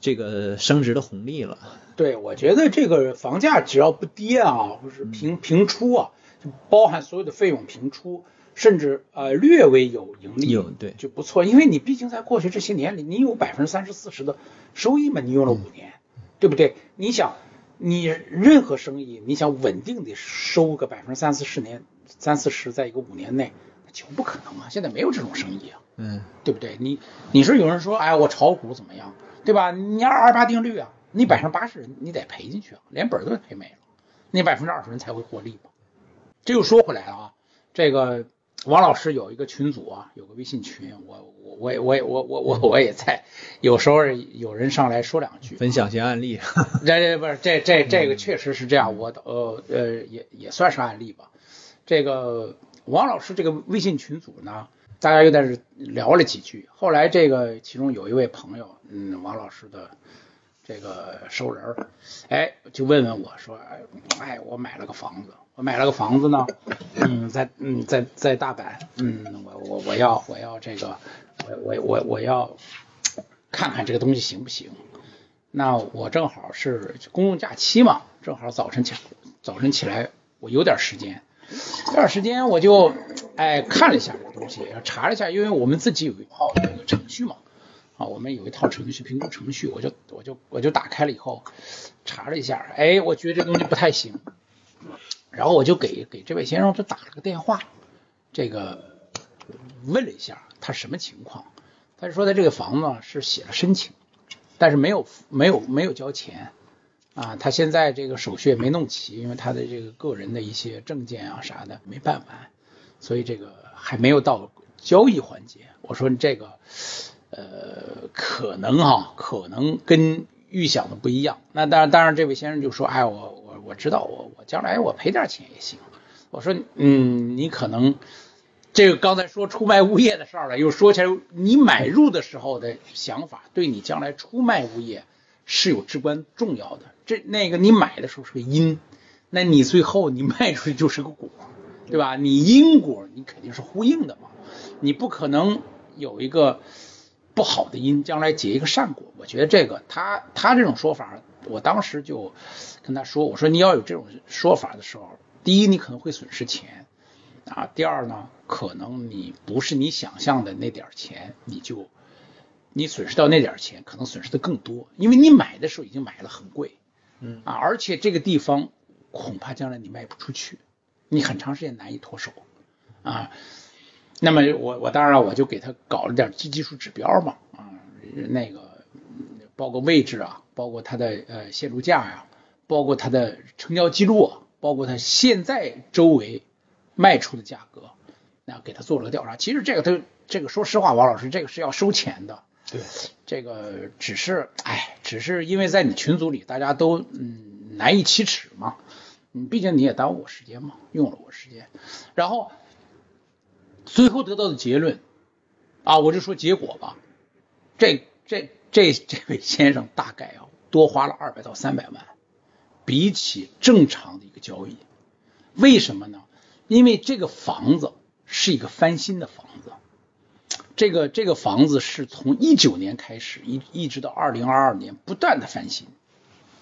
[SPEAKER 1] 这个升值的红利了。
[SPEAKER 2] 对我觉得这个房价只要不跌啊，或是
[SPEAKER 1] 嗯
[SPEAKER 2] 平平出啊，就包含所有的费用平出，甚至呃略微有盈利，
[SPEAKER 1] 有对
[SPEAKER 2] 就不错，因为你毕竟在过去这些年里，你有百分之三十四十的收益嘛，你用了
[SPEAKER 1] 嗯
[SPEAKER 2] 五年，对不对？你想，你任何生意，你想稳定的收个百分之三四十年三四十，在一个五年内，那几乎不可能啊！现在没有这种生意啊，
[SPEAKER 1] 嗯，
[SPEAKER 2] 对不对？你你是有人说，哎，我炒股怎么样，对吧？你二二八定律啊，你百分之八十人你得赔进去啊，连本儿都得赔没了，你百分之二十人才会获利嘛。这又说回来了啊，这个王老师有一个群组啊，有个微信群，我我我也我也我我我我也在，有时候有人上来说两句，
[SPEAKER 1] 分享一些案例。 *laughs*
[SPEAKER 2] *laughs* 这这不是这这这个确实是这样，我呃呃也也算是案例吧。这个王老师这个微信群组呢，大家又在这聊了几句。后来这个其中有一位朋友，嗯，王老师的这个熟人儿，哎，就问问我说，哎哎，我买了个房子，我买了个房子呢，嗯，在嗯在在大阪，嗯，我我我要我要这个，我我我我要看看这个东西行不行。那我正好是公共假期嘛，正好早晨起早晨起来，我有点时间，有点时间我就哎看了一下这个东西，查了一下，因为我们自己有一套这个程序嘛，啊，我们有一套程序评估程序，我就我就我就打开了以后查了一下，哎，我觉得这东西不太行，然后我就给给这位先生就打了个电话，这个问了一下他什么情况，他是说他这个房子啊是写了申请。但是没有没有没有交钱啊，他现在这个手续也没弄齐，因为他的这个个人的一些证件啊啥的没办完，所以这个还没有到交易环节。我说你这个，呃，可能哈、可能跟预想的不一样。那当然，当然，这位先生就说，哎，我我我知道，我我将来我赔点钱也行。我说，嗯，你可能这个刚才说出卖物业的事儿了，又说起来你买入的时候的想法，对你将来出卖物业是有至关重要的。这那个你买的时候是个因，那你最后你卖出去就是个果，对吧？你因果你肯定是呼应的嘛，你不可能有一个不好的因，将来结一个善果。我觉得这个他他这种说法，我当时就跟他说，我说你要有这种说法的时候，第一你可能会损失钱。啊，第二呢，可能你不是你想象的那点儿钱，你就你损失到那点儿钱，可能损失的更多，因为你买的时候已经买了很贵，嗯啊，而且这个地方恐怕将来你卖不出去，你很长时间难以脱手啊。那么我我当然我就给他搞了点技术指标嘛啊，那个嗯包括位置啊，包括它的呃线路价呀、包括它的成交记录啊，包括它现在周围卖出的价格，那给他做了个调查。其实这个他这个说实话，王老师这个是要收钱的，
[SPEAKER 1] 对，
[SPEAKER 2] 这个只是哎，只是因为在你群组里大家都嗯难以启齿嘛，嗯，毕竟你也耽误我时间嘛，用了我时间，然后最后得到的结论啊，我就说结果吧，这这这这位先生大概啊多花了二百到三百万，比起正常的一个交易，为什么呢？因为这个房子是一个翻新的房子。这个这个房子是从一九年开始，一一直到二零二二年不断的翻新，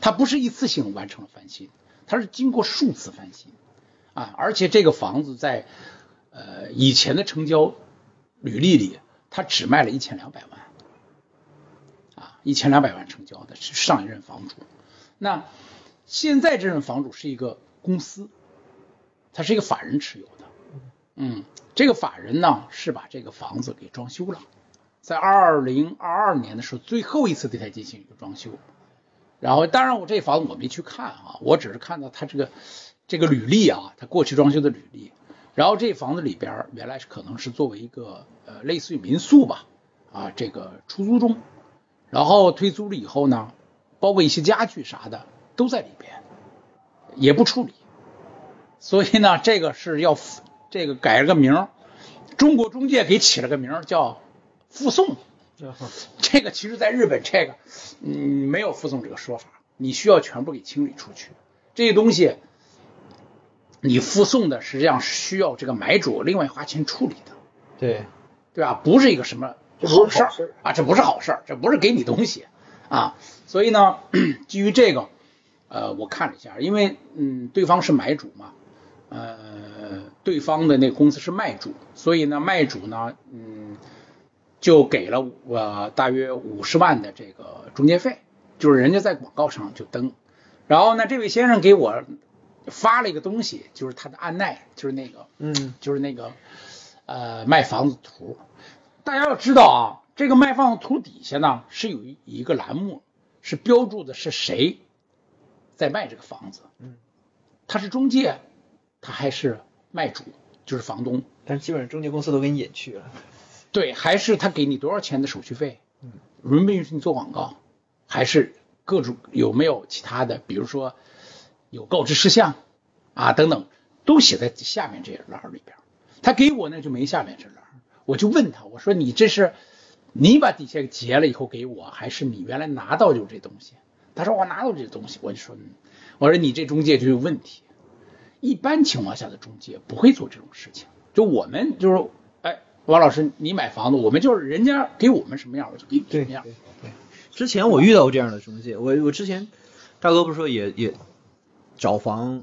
[SPEAKER 2] 它不是一次性完成了翻新，它是经过数次翻新啊！而且这个房子在呃以前的成交履历里，它只卖了一千两百万啊，一千两百万成交的是上一任房主。那现在这任房主是一个公司，它是一个法人持有的，嗯。这个法人呢是把这个房子给装修了，在二零二二年的时候，最后一次对它进行一个装修。然后，当然我这房子我没去看啊，我只是看到它这个这个履历啊，它过去装修的履历。然后这房子里边儿原来是可能是作为一个呃类似于民宿吧，啊这个出租中，然后退租了以后呢，包括一些家具啥的都在里边，也不处理。所以呢，这个是要这个改了个名儿，中国中介给起了个名儿叫附送。这个其实在日本这个嗯没有附送这个说法，你需要全部给清理出去。这些东西你附送的实际上是需要这个买主另外花钱处理的，
[SPEAKER 1] 对，
[SPEAKER 2] 对吧？不是一个什么
[SPEAKER 3] 这不
[SPEAKER 2] 好
[SPEAKER 3] 是
[SPEAKER 2] 事
[SPEAKER 3] 好事
[SPEAKER 2] 儿啊，这不是好事儿，这不是给你东西啊。所以呢， *clears throat* 基于这个，呃，我看了一下，因为嗯，对方是买主嘛，呃，对方的那个公司是卖主，所以呢，卖主呢，嗯，就给了我、大约五十万的这个中介费，就是人家在广告上就登。然后呢，这位先生给我发了一个东西，就是他的按耐，就是那个，
[SPEAKER 1] 嗯，
[SPEAKER 2] 就是那个呃卖房子图。大家要知道啊，这个卖房子图底下呢是有一一个栏目，是标注的是谁在卖这个房子。
[SPEAKER 1] 嗯，
[SPEAKER 2] 他是中介，他还是卖主，就是房东。
[SPEAKER 1] 但基本上中介公司都给你隐去了。
[SPEAKER 2] 对，还是他给你多少钱的手续费，允不允许你做广告，还是各种有没有其他的，比如说有告知事项啊等等，都写在下面这栏儿里边儿。他给我那就没下面这栏儿，我就问他，我说你这是你把底下截了以后给我，还是你原来拿到就这东西？他说我拿到这东西，我就说，嗯我说你这中介就有问题。一般情况下的中介不会做这种事情。就我们就是，哎，王老师，你买房子，我们就是人家给我们什么样，我就给你什么样。
[SPEAKER 1] 之前我遇到过这样的中介，我我之前大哥不是说也也找房，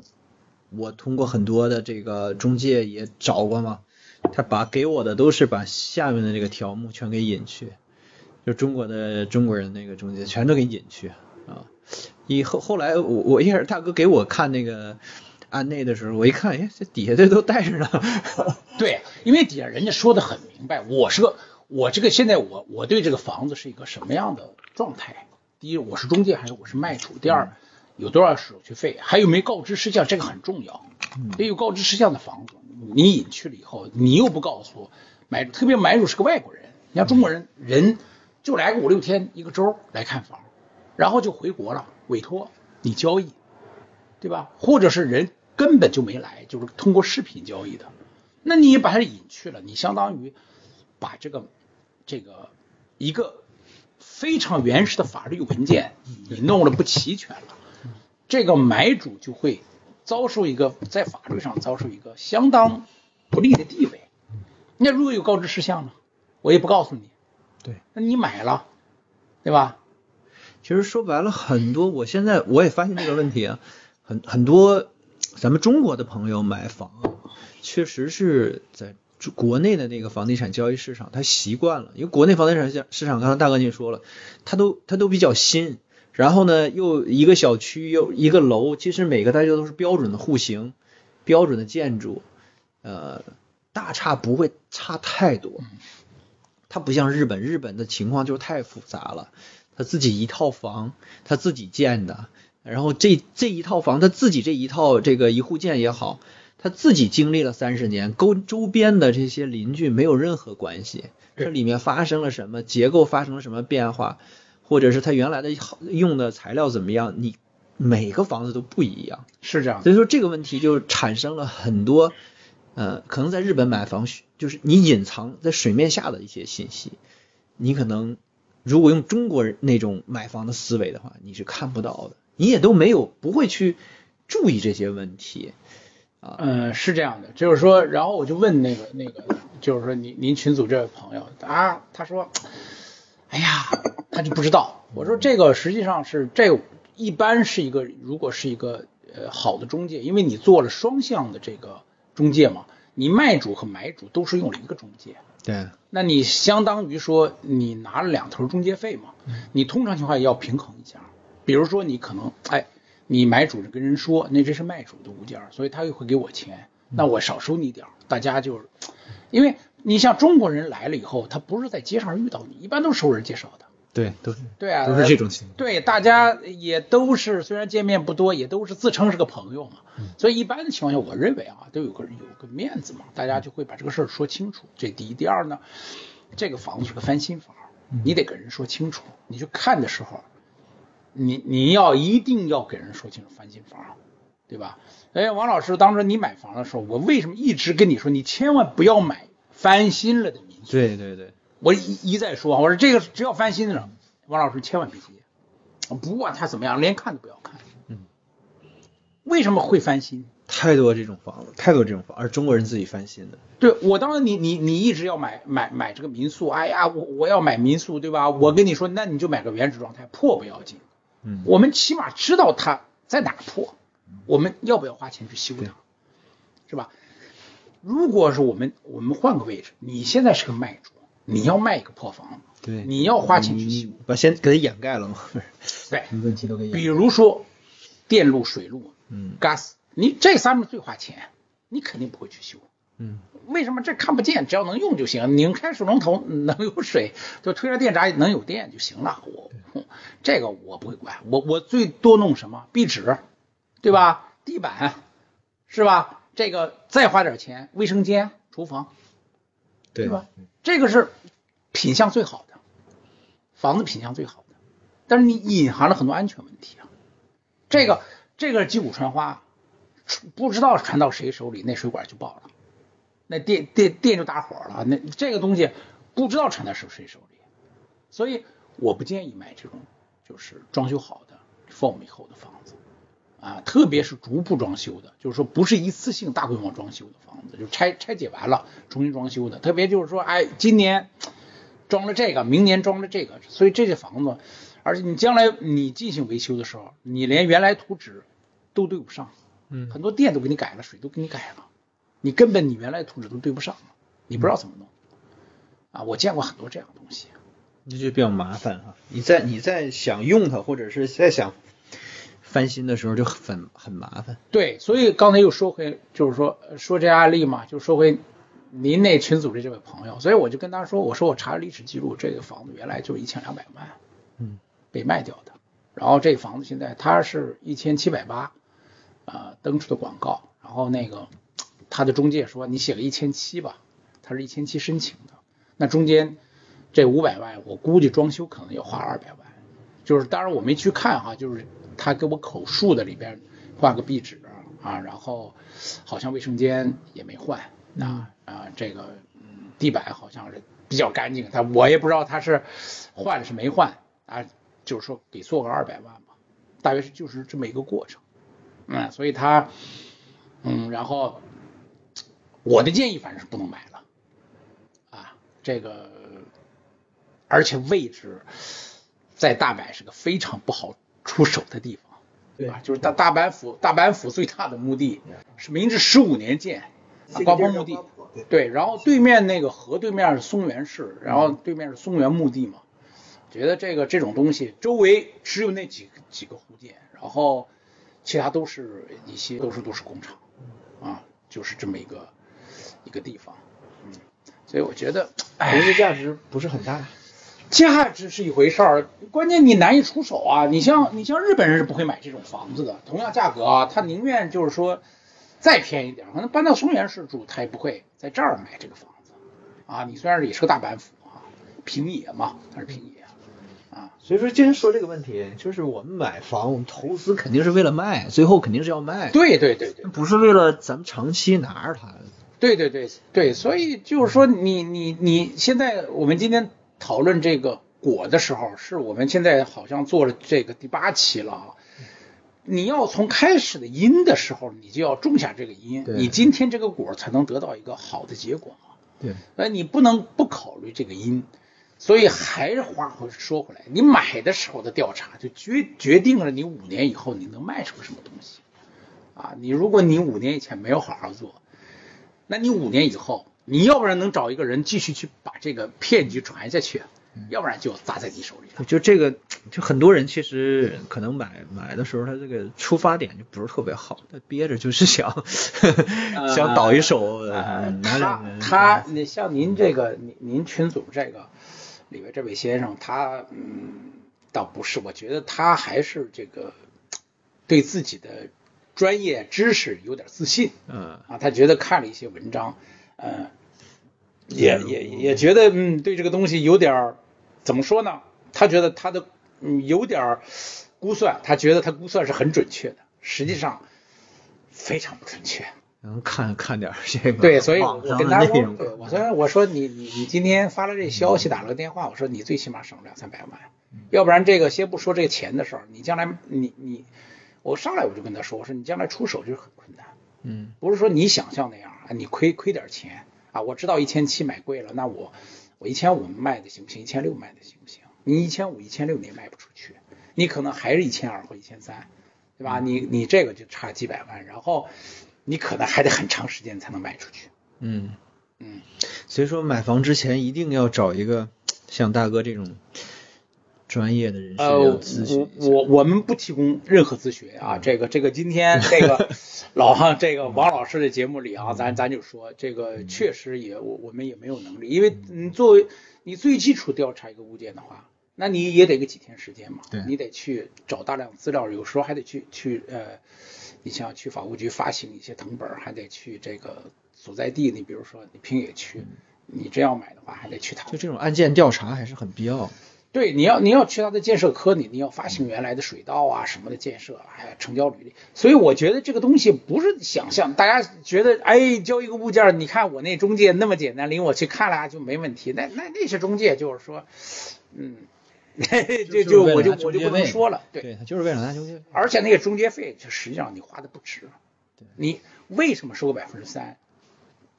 [SPEAKER 1] 我通过很多的这个中介也找过嘛，他把给我的都是把下面的这个条目全给隐去，就中国的中国人那个中介全都给隐去啊。以后后来我我一开始大哥给我看那个案内的时候，我一看，哎，这底下这都带着呢。
[SPEAKER 2] 对，啊因为底下人家说的很明白，我是个，我这个现在我我对这个房子是一个什么样的状态？第一，我是中介还是我是卖主？第二，有多少手续费？还有没告知事项？这个很重要。也有告知事项的房子，你隐去了以后，你又不告诉买主，特别买主是个外国人，你像中国人，人就来个五六天一个周来看房，然后就回国了，委托你交易，对吧？或者是人根本就没来，就是通过视频交易的，那你也把它隐去了，你相当于把这个这个一个非常原始的法律文件你弄了不齐全了，这个买主就会遭受一个在法律上遭受一个相当不利的地位。那如果有告知事项呢，我也不告诉你，
[SPEAKER 1] 对，
[SPEAKER 2] 那你买了，对吧？
[SPEAKER 1] 其实说白了，很多我现在我也发现这个问题啊，很很多咱们中国的朋友买房啊，确实是在中国内的那个房地产交易市场，他习惯了，因为国内房地产市市场，刚才大哥您说了，它都它都比较新，然后呢，又一个小区又一个楼，其实每个大家都是标准的户型，标准的建筑，呃，大差不会差太多。它不像日本，日本的情况就是太复杂了，他自己一套房，他自己建的，然后这这一套房，他自己这一套这个一户建也好，他自己经历了三十年，跟周边的这些邻居没有任何关系。这里面发生了什么，结构发生了什么变化，或者是他原来的好用的材料怎么样，你每个房子都不一样。
[SPEAKER 2] 是这样的，
[SPEAKER 1] 啊所以说这个问题就产生了很多，呃，可能在日本买房需就是你隐藏在水面下的一些信息，你可能如果用中国人那种买房的思维的话，你是看不到的，你也都没有不会去注意这些问题。
[SPEAKER 2] 嗯，是这样的，就是说，然后我就问那个那个，就是说您您群组这位朋友啊，他说，哎呀，他就不知道。我说这个实际上是这个一般是一个，如果是一个呃好的中介，因为你做了双向的这个中介嘛，你卖主和买主都是用了一个中介，
[SPEAKER 1] 对，
[SPEAKER 2] 那你相当于说你拿了两头中介费嘛，你通常情况下要平衡一下。比如说你可能哎，你买主跟人说，那这是卖主的物件儿，所以他又会给我钱，那我少收你点儿，大家就是，因为你像中国人来了以后，他不是在街上遇到你，一般都是熟人介绍的。
[SPEAKER 1] 对，都是
[SPEAKER 2] 对啊，
[SPEAKER 1] 都是这种情况。
[SPEAKER 2] 对，大家也都是虽然见面不多，也都是自称是个朋友嘛，
[SPEAKER 1] 嗯
[SPEAKER 2] 所以一般的情况下，我认为啊，都有个有个面子嘛，大家就会把这个事儿说清楚。这第一，第二呢，这个房子是个翻新房，
[SPEAKER 1] 嗯
[SPEAKER 2] 你得给人说清楚。你去看的时候，你你要一定要给人说清楚翻新房，对吧？哎，王老师，当时你买房的时候，我为什么一直跟你说，你千万不要买翻新了的民宿？
[SPEAKER 1] 对对对，
[SPEAKER 2] 我一一再说，啊我说这个只要翻新了，王老师千万别接，不管他怎么样，连看都不要看。
[SPEAKER 1] 嗯，
[SPEAKER 2] 为什么会翻新？
[SPEAKER 1] 太多这种房子，太多这种房，而中国人自己翻新的。
[SPEAKER 2] 对我当然你你你一直要买买买这个民宿，哎呀，我我要买民宿，对吧？我跟你说，那你就买个原始状态，破不要紧。
[SPEAKER 1] 嗯
[SPEAKER 2] 我们起码知道它在哪儿破，我们要不要花钱去修
[SPEAKER 1] 对
[SPEAKER 2] 它，是吧？如果是我们我们换个位置，你现在是个卖主，你要卖一个破房，
[SPEAKER 1] 对，
[SPEAKER 2] 你要花钱去嗯
[SPEAKER 1] 你
[SPEAKER 2] 修，
[SPEAKER 1] 把先给它掩盖了嘛，不是
[SPEAKER 2] 对。
[SPEAKER 1] 什么问题都给掩盖。
[SPEAKER 2] 比如说电路、水路、
[SPEAKER 1] 嗯
[SPEAKER 2] gas，你这三种最花钱，你肯定不会去修。
[SPEAKER 1] 嗯，
[SPEAKER 2] 为什么这看不见？只要能用就行。拧开水龙头能有水，就推着电闸能有电就行了。我哼这个我不会管，我我最多弄什么壁纸，对吧？地板是吧？这个再花点钱，卫生间、厨房，
[SPEAKER 1] 对嗯
[SPEAKER 2] 对吧？这个是品相最好的，房子品相最好的，但是你隐含了很多安全问题啊。这个这个击鼓传花，不知道传到谁手里，那水管就爆了，那电电电就打火了，那这个东西不知道传到谁谁手里，所以我不建议买这种就是装修好的 form 以后的房子。啊，特别是逐步装修的，就是说不是一次性大规模装修的房子，就拆拆解完了重新装修的。特别就是说，哎，今年装了这个，明年装了这个，所以这些房子，而且你将来你进行维修的时候，你连原来图纸都对不上，
[SPEAKER 1] 嗯
[SPEAKER 2] 很多电都给你改了，水都给你改了，你根本你原来图纸都对不上，你不知道怎么弄。啊，我见过很多这样的东西。
[SPEAKER 1] 那就比较麻烦啊哈、你在你在想用它，或者是在想翻新的时候，就很很麻烦。
[SPEAKER 2] 对，所以刚才又说回，就是说说这案例嘛，就说回您那群组的这位朋友，所以我就跟他说，我说我查了历史记录，这个房子原来就一千两百万，
[SPEAKER 1] 嗯，
[SPEAKER 2] 被卖掉的，然后这个房子现在它是一千七百八，啊，登出的广告，然后那个他的中介说你写个一千七吧，他是一千七申请的，那中间这五百万，我估计装修可能要花二百万，就是当然我没去看哈，就是他给我口述的里边画个壁纸啊，然后好像卫生间也没换啊啊，这个嗯地板好像是比较干净，但我也不知道他是换了是没换啊，就是说给做个二百万吧，大约是就是这么一个过程，嗯，所以他嗯，然后我的建议反正是不能买了啊，这个而且位置在大阪是个非常不好出手的地方，
[SPEAKER 1] 对
[SPEAKER 2] 吧？啊就是大大阪府，大阪府最大的墓地是明治十五年建，啊瓜坡墓嗯地，对，然后对面那个河对面是松原市，然后对面是松原墓地嘛。觉得这个这种东西，周围只有那几几个湖建，然后其他都是一些都是都是工厂，啊，就是这么一个一个地方，嗯，所以我觉得，哎
[SPEAKER 1] 投，资价值不是很大。
[SPEAKER 2] 价值是一回事儿，关键你难以出手啊。你像你像日本人是不会买这种房子的，同样价格啊，他宁愿就是说再便宜点儿，可能搬到松原市住，他也不会在这儿买这个房子啊。你虽然也是个大阪府啊，平野嘛，它是平野，
[SPEAKER 1] 所以说，既然说这个问题，就是我们买房，我们投资肯定是为了卖，最后肯定是要卖，
[SPEAKER 2] 对对对对。
[SPEAKER 1] 不是为了咱们长期拿着它。
[SPEAKER 2] 对对对对，所以就是说你，你你现在我们今天讨论这个果的时候，是我们现在好像做了这个第八期了啊。你要从开始的因的时候，你就要种下这个因，
[SPEAKER 1] 对
[SPEAKER 2] 你今天这个果儿才能得到一个好的结果啊嘛。
[SPEAKER 1] 对，
[SPEAKER 2] 哎，你不能不考虑这个因，所以还是话回说回来，你买的时候的调查就决决定了你五年以后你能卖出个什么东西，啊，你如果你五年以前没有好好做，那你五年以后，你要不然能找一个人继续去把这个骗局传下去，啊要不然就砸在你手里了。
[SPEAKER 1] 就这个，就很多人其实可能买买的时候，他这个出发点就不是特别好，他憋着就是想 *laughs* 想倒一手，
[SPEAKER 2] 呃
[SPEAKER 1] 嗯，拿
[SPEAKER 2] 他
[SPEAKER 1] 两个
[SPEAKER 2] 他，那像您这个，您您群组这个里边这位先生，他嗯，倒不是，我觉得他还是这个对自己的专业知识有点自信
[SPEAKER 1] 嗯，
[SPEAKER 2] 啊，他觉得看了一些文章，嗯，也也也觉得嗯，对这个东西有点儿怎么说呢？他觉得他的嗯有点儿估算，他觉得他估算是很准确的，实际上非常不准确。
[SPEAKER 1] 然后看看点儿这个
[SPEAKER 2] 对，所以我
[SPEAKER 1] 网上
[SPEAKER 2] 跟
[SPEAKER 1] 的
[SPEAKER 2] 他
[SPEAKER 1] 内
[SPEAKER 2] 说，
[SPEAKER 1] 容
[SPEAKER 2] 对，我说我说你你你今天发了这消
[SPEAKER 1] 嗯
[SPEAKER 2] 息，打了个电话，我说你最起码省两三百万，要不然这个先不说这个钱的事儿，你将来你你，我上来我就跟他说，我说你将来出手就是很困难，
[SPEAKER 1] 嗯，
[SPEAKER 2] 不是说你想象那样啊，你亏亏点钱啊，我知道一千七买贵了，那我我一千五卖的行不行？一千六卖的行不行？你一千五一千六你也卖不出去，你可能还是一千二或一千三，对吧？你你这个就差几百万，然后你可能还得很长时间才能卖出去。
[SPEAKER 1] 嗯
[SPEAKER 2] 嗯，
[SPEAKER 1] 所以说买房之前一定要找一个像大哥这种专业的人士
[SPEAKER 2] 呃，
[SPEAKER 1] 要
[SPEAKER 2] 我
[SPEAKER 1] 咨询一下。
[SPEAKER 2] 我我们不提供任何咨询啊，这个这个今天这
[SPEAKER 1] *laughs*
[SPEAKER 2] 个老汉这
[SPEAKER 1] 嗯
[SPEAKER 2] 个王老师的节目里啊，咱咱就说这个确实也我我们也没有能力，因为你作为你最基础调查一个物件的话，那你也得个几天时间嘛，
[SPEAKER 1] 对
[SPEAKER 2] 你得去找大量资料，有时候还得去去呃，你像去法务局发行一些藤本儿，还得去这个所在地，你比如说你平野区，
[SPEAKER 1] 嗯
[SPEAKER 2] 你真要买的话还得去他
[SPEAKER 1] 就这种案件调查还是很必要的。
[SPEAKER 2] 对，你要你要去它的建设科，你你要发行原来的水道啊什么的建设，还有成交履历。所以我觉得这个东西不是想象，大家觉得哎交一个物件儿，你看我那中介那么简单，领我去看了啊就没问题。那那那些中介就是说，嗯， *laughs* 就就我就我就不能说了，对。
[SPEAKER 1] 对他就是为了拿中介费。
[SPEAKER 2] 而且那个中介费，就实际上你花的不值。啊你为什么收个百分之三？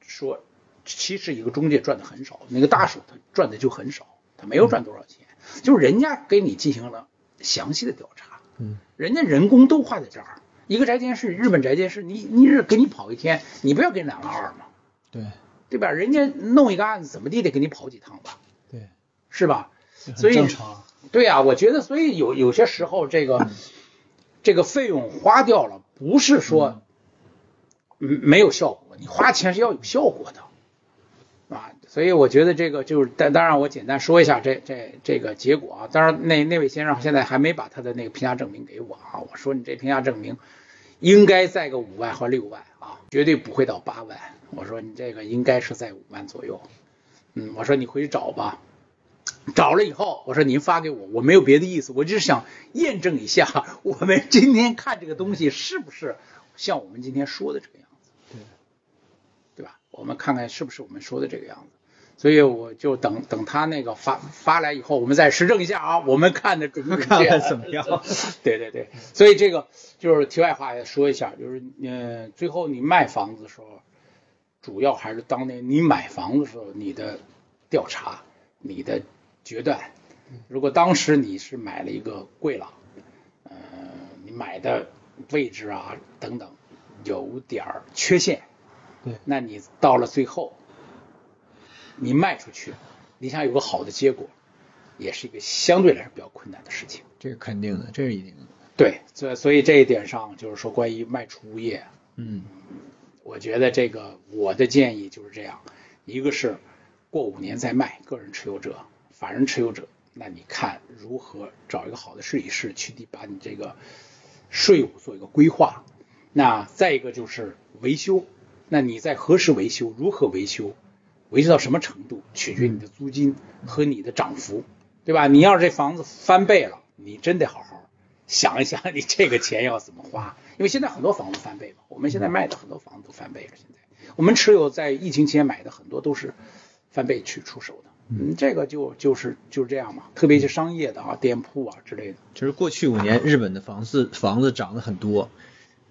[SPEAKER 2] 说其实一个中介赚的很少，那个大手他赚的就很少，他没有赚多少钱，就是人家给你进行了详细的调查，
[SPEAKER 1] 嗯，
[SPEAKER 2] 人家人工都花在这儿。一个宅建室，日本宅建室，你你是给你跑一天，你不要给两个二嘛，
[SPEAKER 1] 对
[SPEAKER 2] 对吧？人家弄一个案子，怎么地得给你跑几趟吧，
[SPEAKER 1] 对，
[SPEAKER 2] 是吧？
[SPEAKER 1] 这很
[SPEAKER 2] 所以
[SPEAKER 1] 正常。
[SPEAKER 2] 对呀、我觉得所以有有些时候这个这个费用花掉了，不是说嗯没有效果，你花钱是要有效果的啊。所以我觉得这个就是，但当然我简单说一下这这这个结果啊。当然那那位先生现在还没把他的那个评价证明给我啊，我说你这评价证明。应该在个五万或六万啊，绝对不会到八万。我说你这个应该是在五万左右，嗯，我说你回去找吧，找了以后，我说您发给我，我没有别的意思，我就是想验证一下我们今天看这个东西是不是像我们今天说的这个样子，
[SPEAKER 1] 对，
[SPEAKER 2] 对吧？我们看看是不是我们说的这个样子。所以我就等等他那个发发来以后，我们再实证一下啊，我们看的准不准确？
[SPEAKER 1] 看看怎么样？
[SPEAKER 2] *laughs* 对对对，所以这个就是题外话也说一下，就是呃，最后你卖房子的时候，主要还是当年你买房子的时候你的调查、你的决断。如果当时你是买了一个贵了，呃，你买的位置啊等等有点儿缺陷，
[SPEAKER 1] 对，
[SPEAKER 2] 那你到了最后，你卖出去，你想有个好的结果，也是一个相对来说比较困难的事情。
[SPEAKER 1] 这是肯定的，这是一定的。
[SPEAKER 2] 对，所所以这一点上，就是说关于卖出物业，
[SPEAKER 1] 嗯，
[SPEAKER 2] 我觉得这个我的建议就是这样，一个是过五年再卖，个人持有者、法人持有者，那你看如何找一个好的试一试，去地把你这个税务做一个规划。那再一个就是维修，那你在何时维修，如何维修，维修到什么程度，取决你的租金和你的涨幅，对吧？你要是这房子翻倍了，你真得好好想一想你这个钱要怎么花， *laughs* 因为现在很多房子翻倍嘛，我们现在卖的很多房子都翻倍了。现在我们持有在疫情期间买的很多都是翻倍去出手的，嗯，这个就就是就是这样嘛，特别是商业的啊，店铺啊之类的。
[SPEAKER 1] 就是过去五年日本的房子房子涨了很多，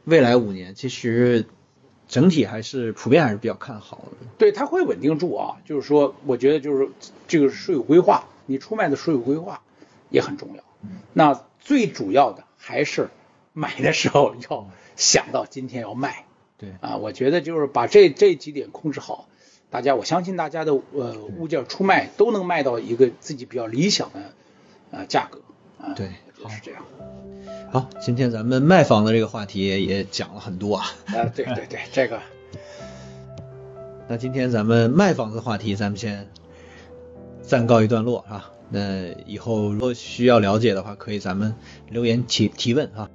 [SPEAKER 1] 未来五年其实整体还是普遍还是比较看好的。
[SPEAKER 2] 对，它会稳定住啊，就是说，我觉得就是这个税务规划，你出卖的税务规划也很重要。那最主要的还是买的时候要想到今天要卖。
[SPEAKER 1] 对
[SPEAKER 2] 啊，我觉得就是把这这几点控制好，大家我相信大家的呃物件出卖都能卖到一个自己比较理想的呃价格。啊、
[SPEAKER 1] 对
[SPEAKER 2] 就
[SPEAKER 1] 好
[SPEAKER 2] 是这样。
[SPEAKER 1] 好，今天咱们卖房的这个话题也也讲了很多啊。
[SPEAKER 2] 啊，对对对，这个
[SPEAKER 1] 那今天咱们卖房子话题，咱们先暂告一段落啊。那以后如果需要了解的话，可以咱们留言提提问啊。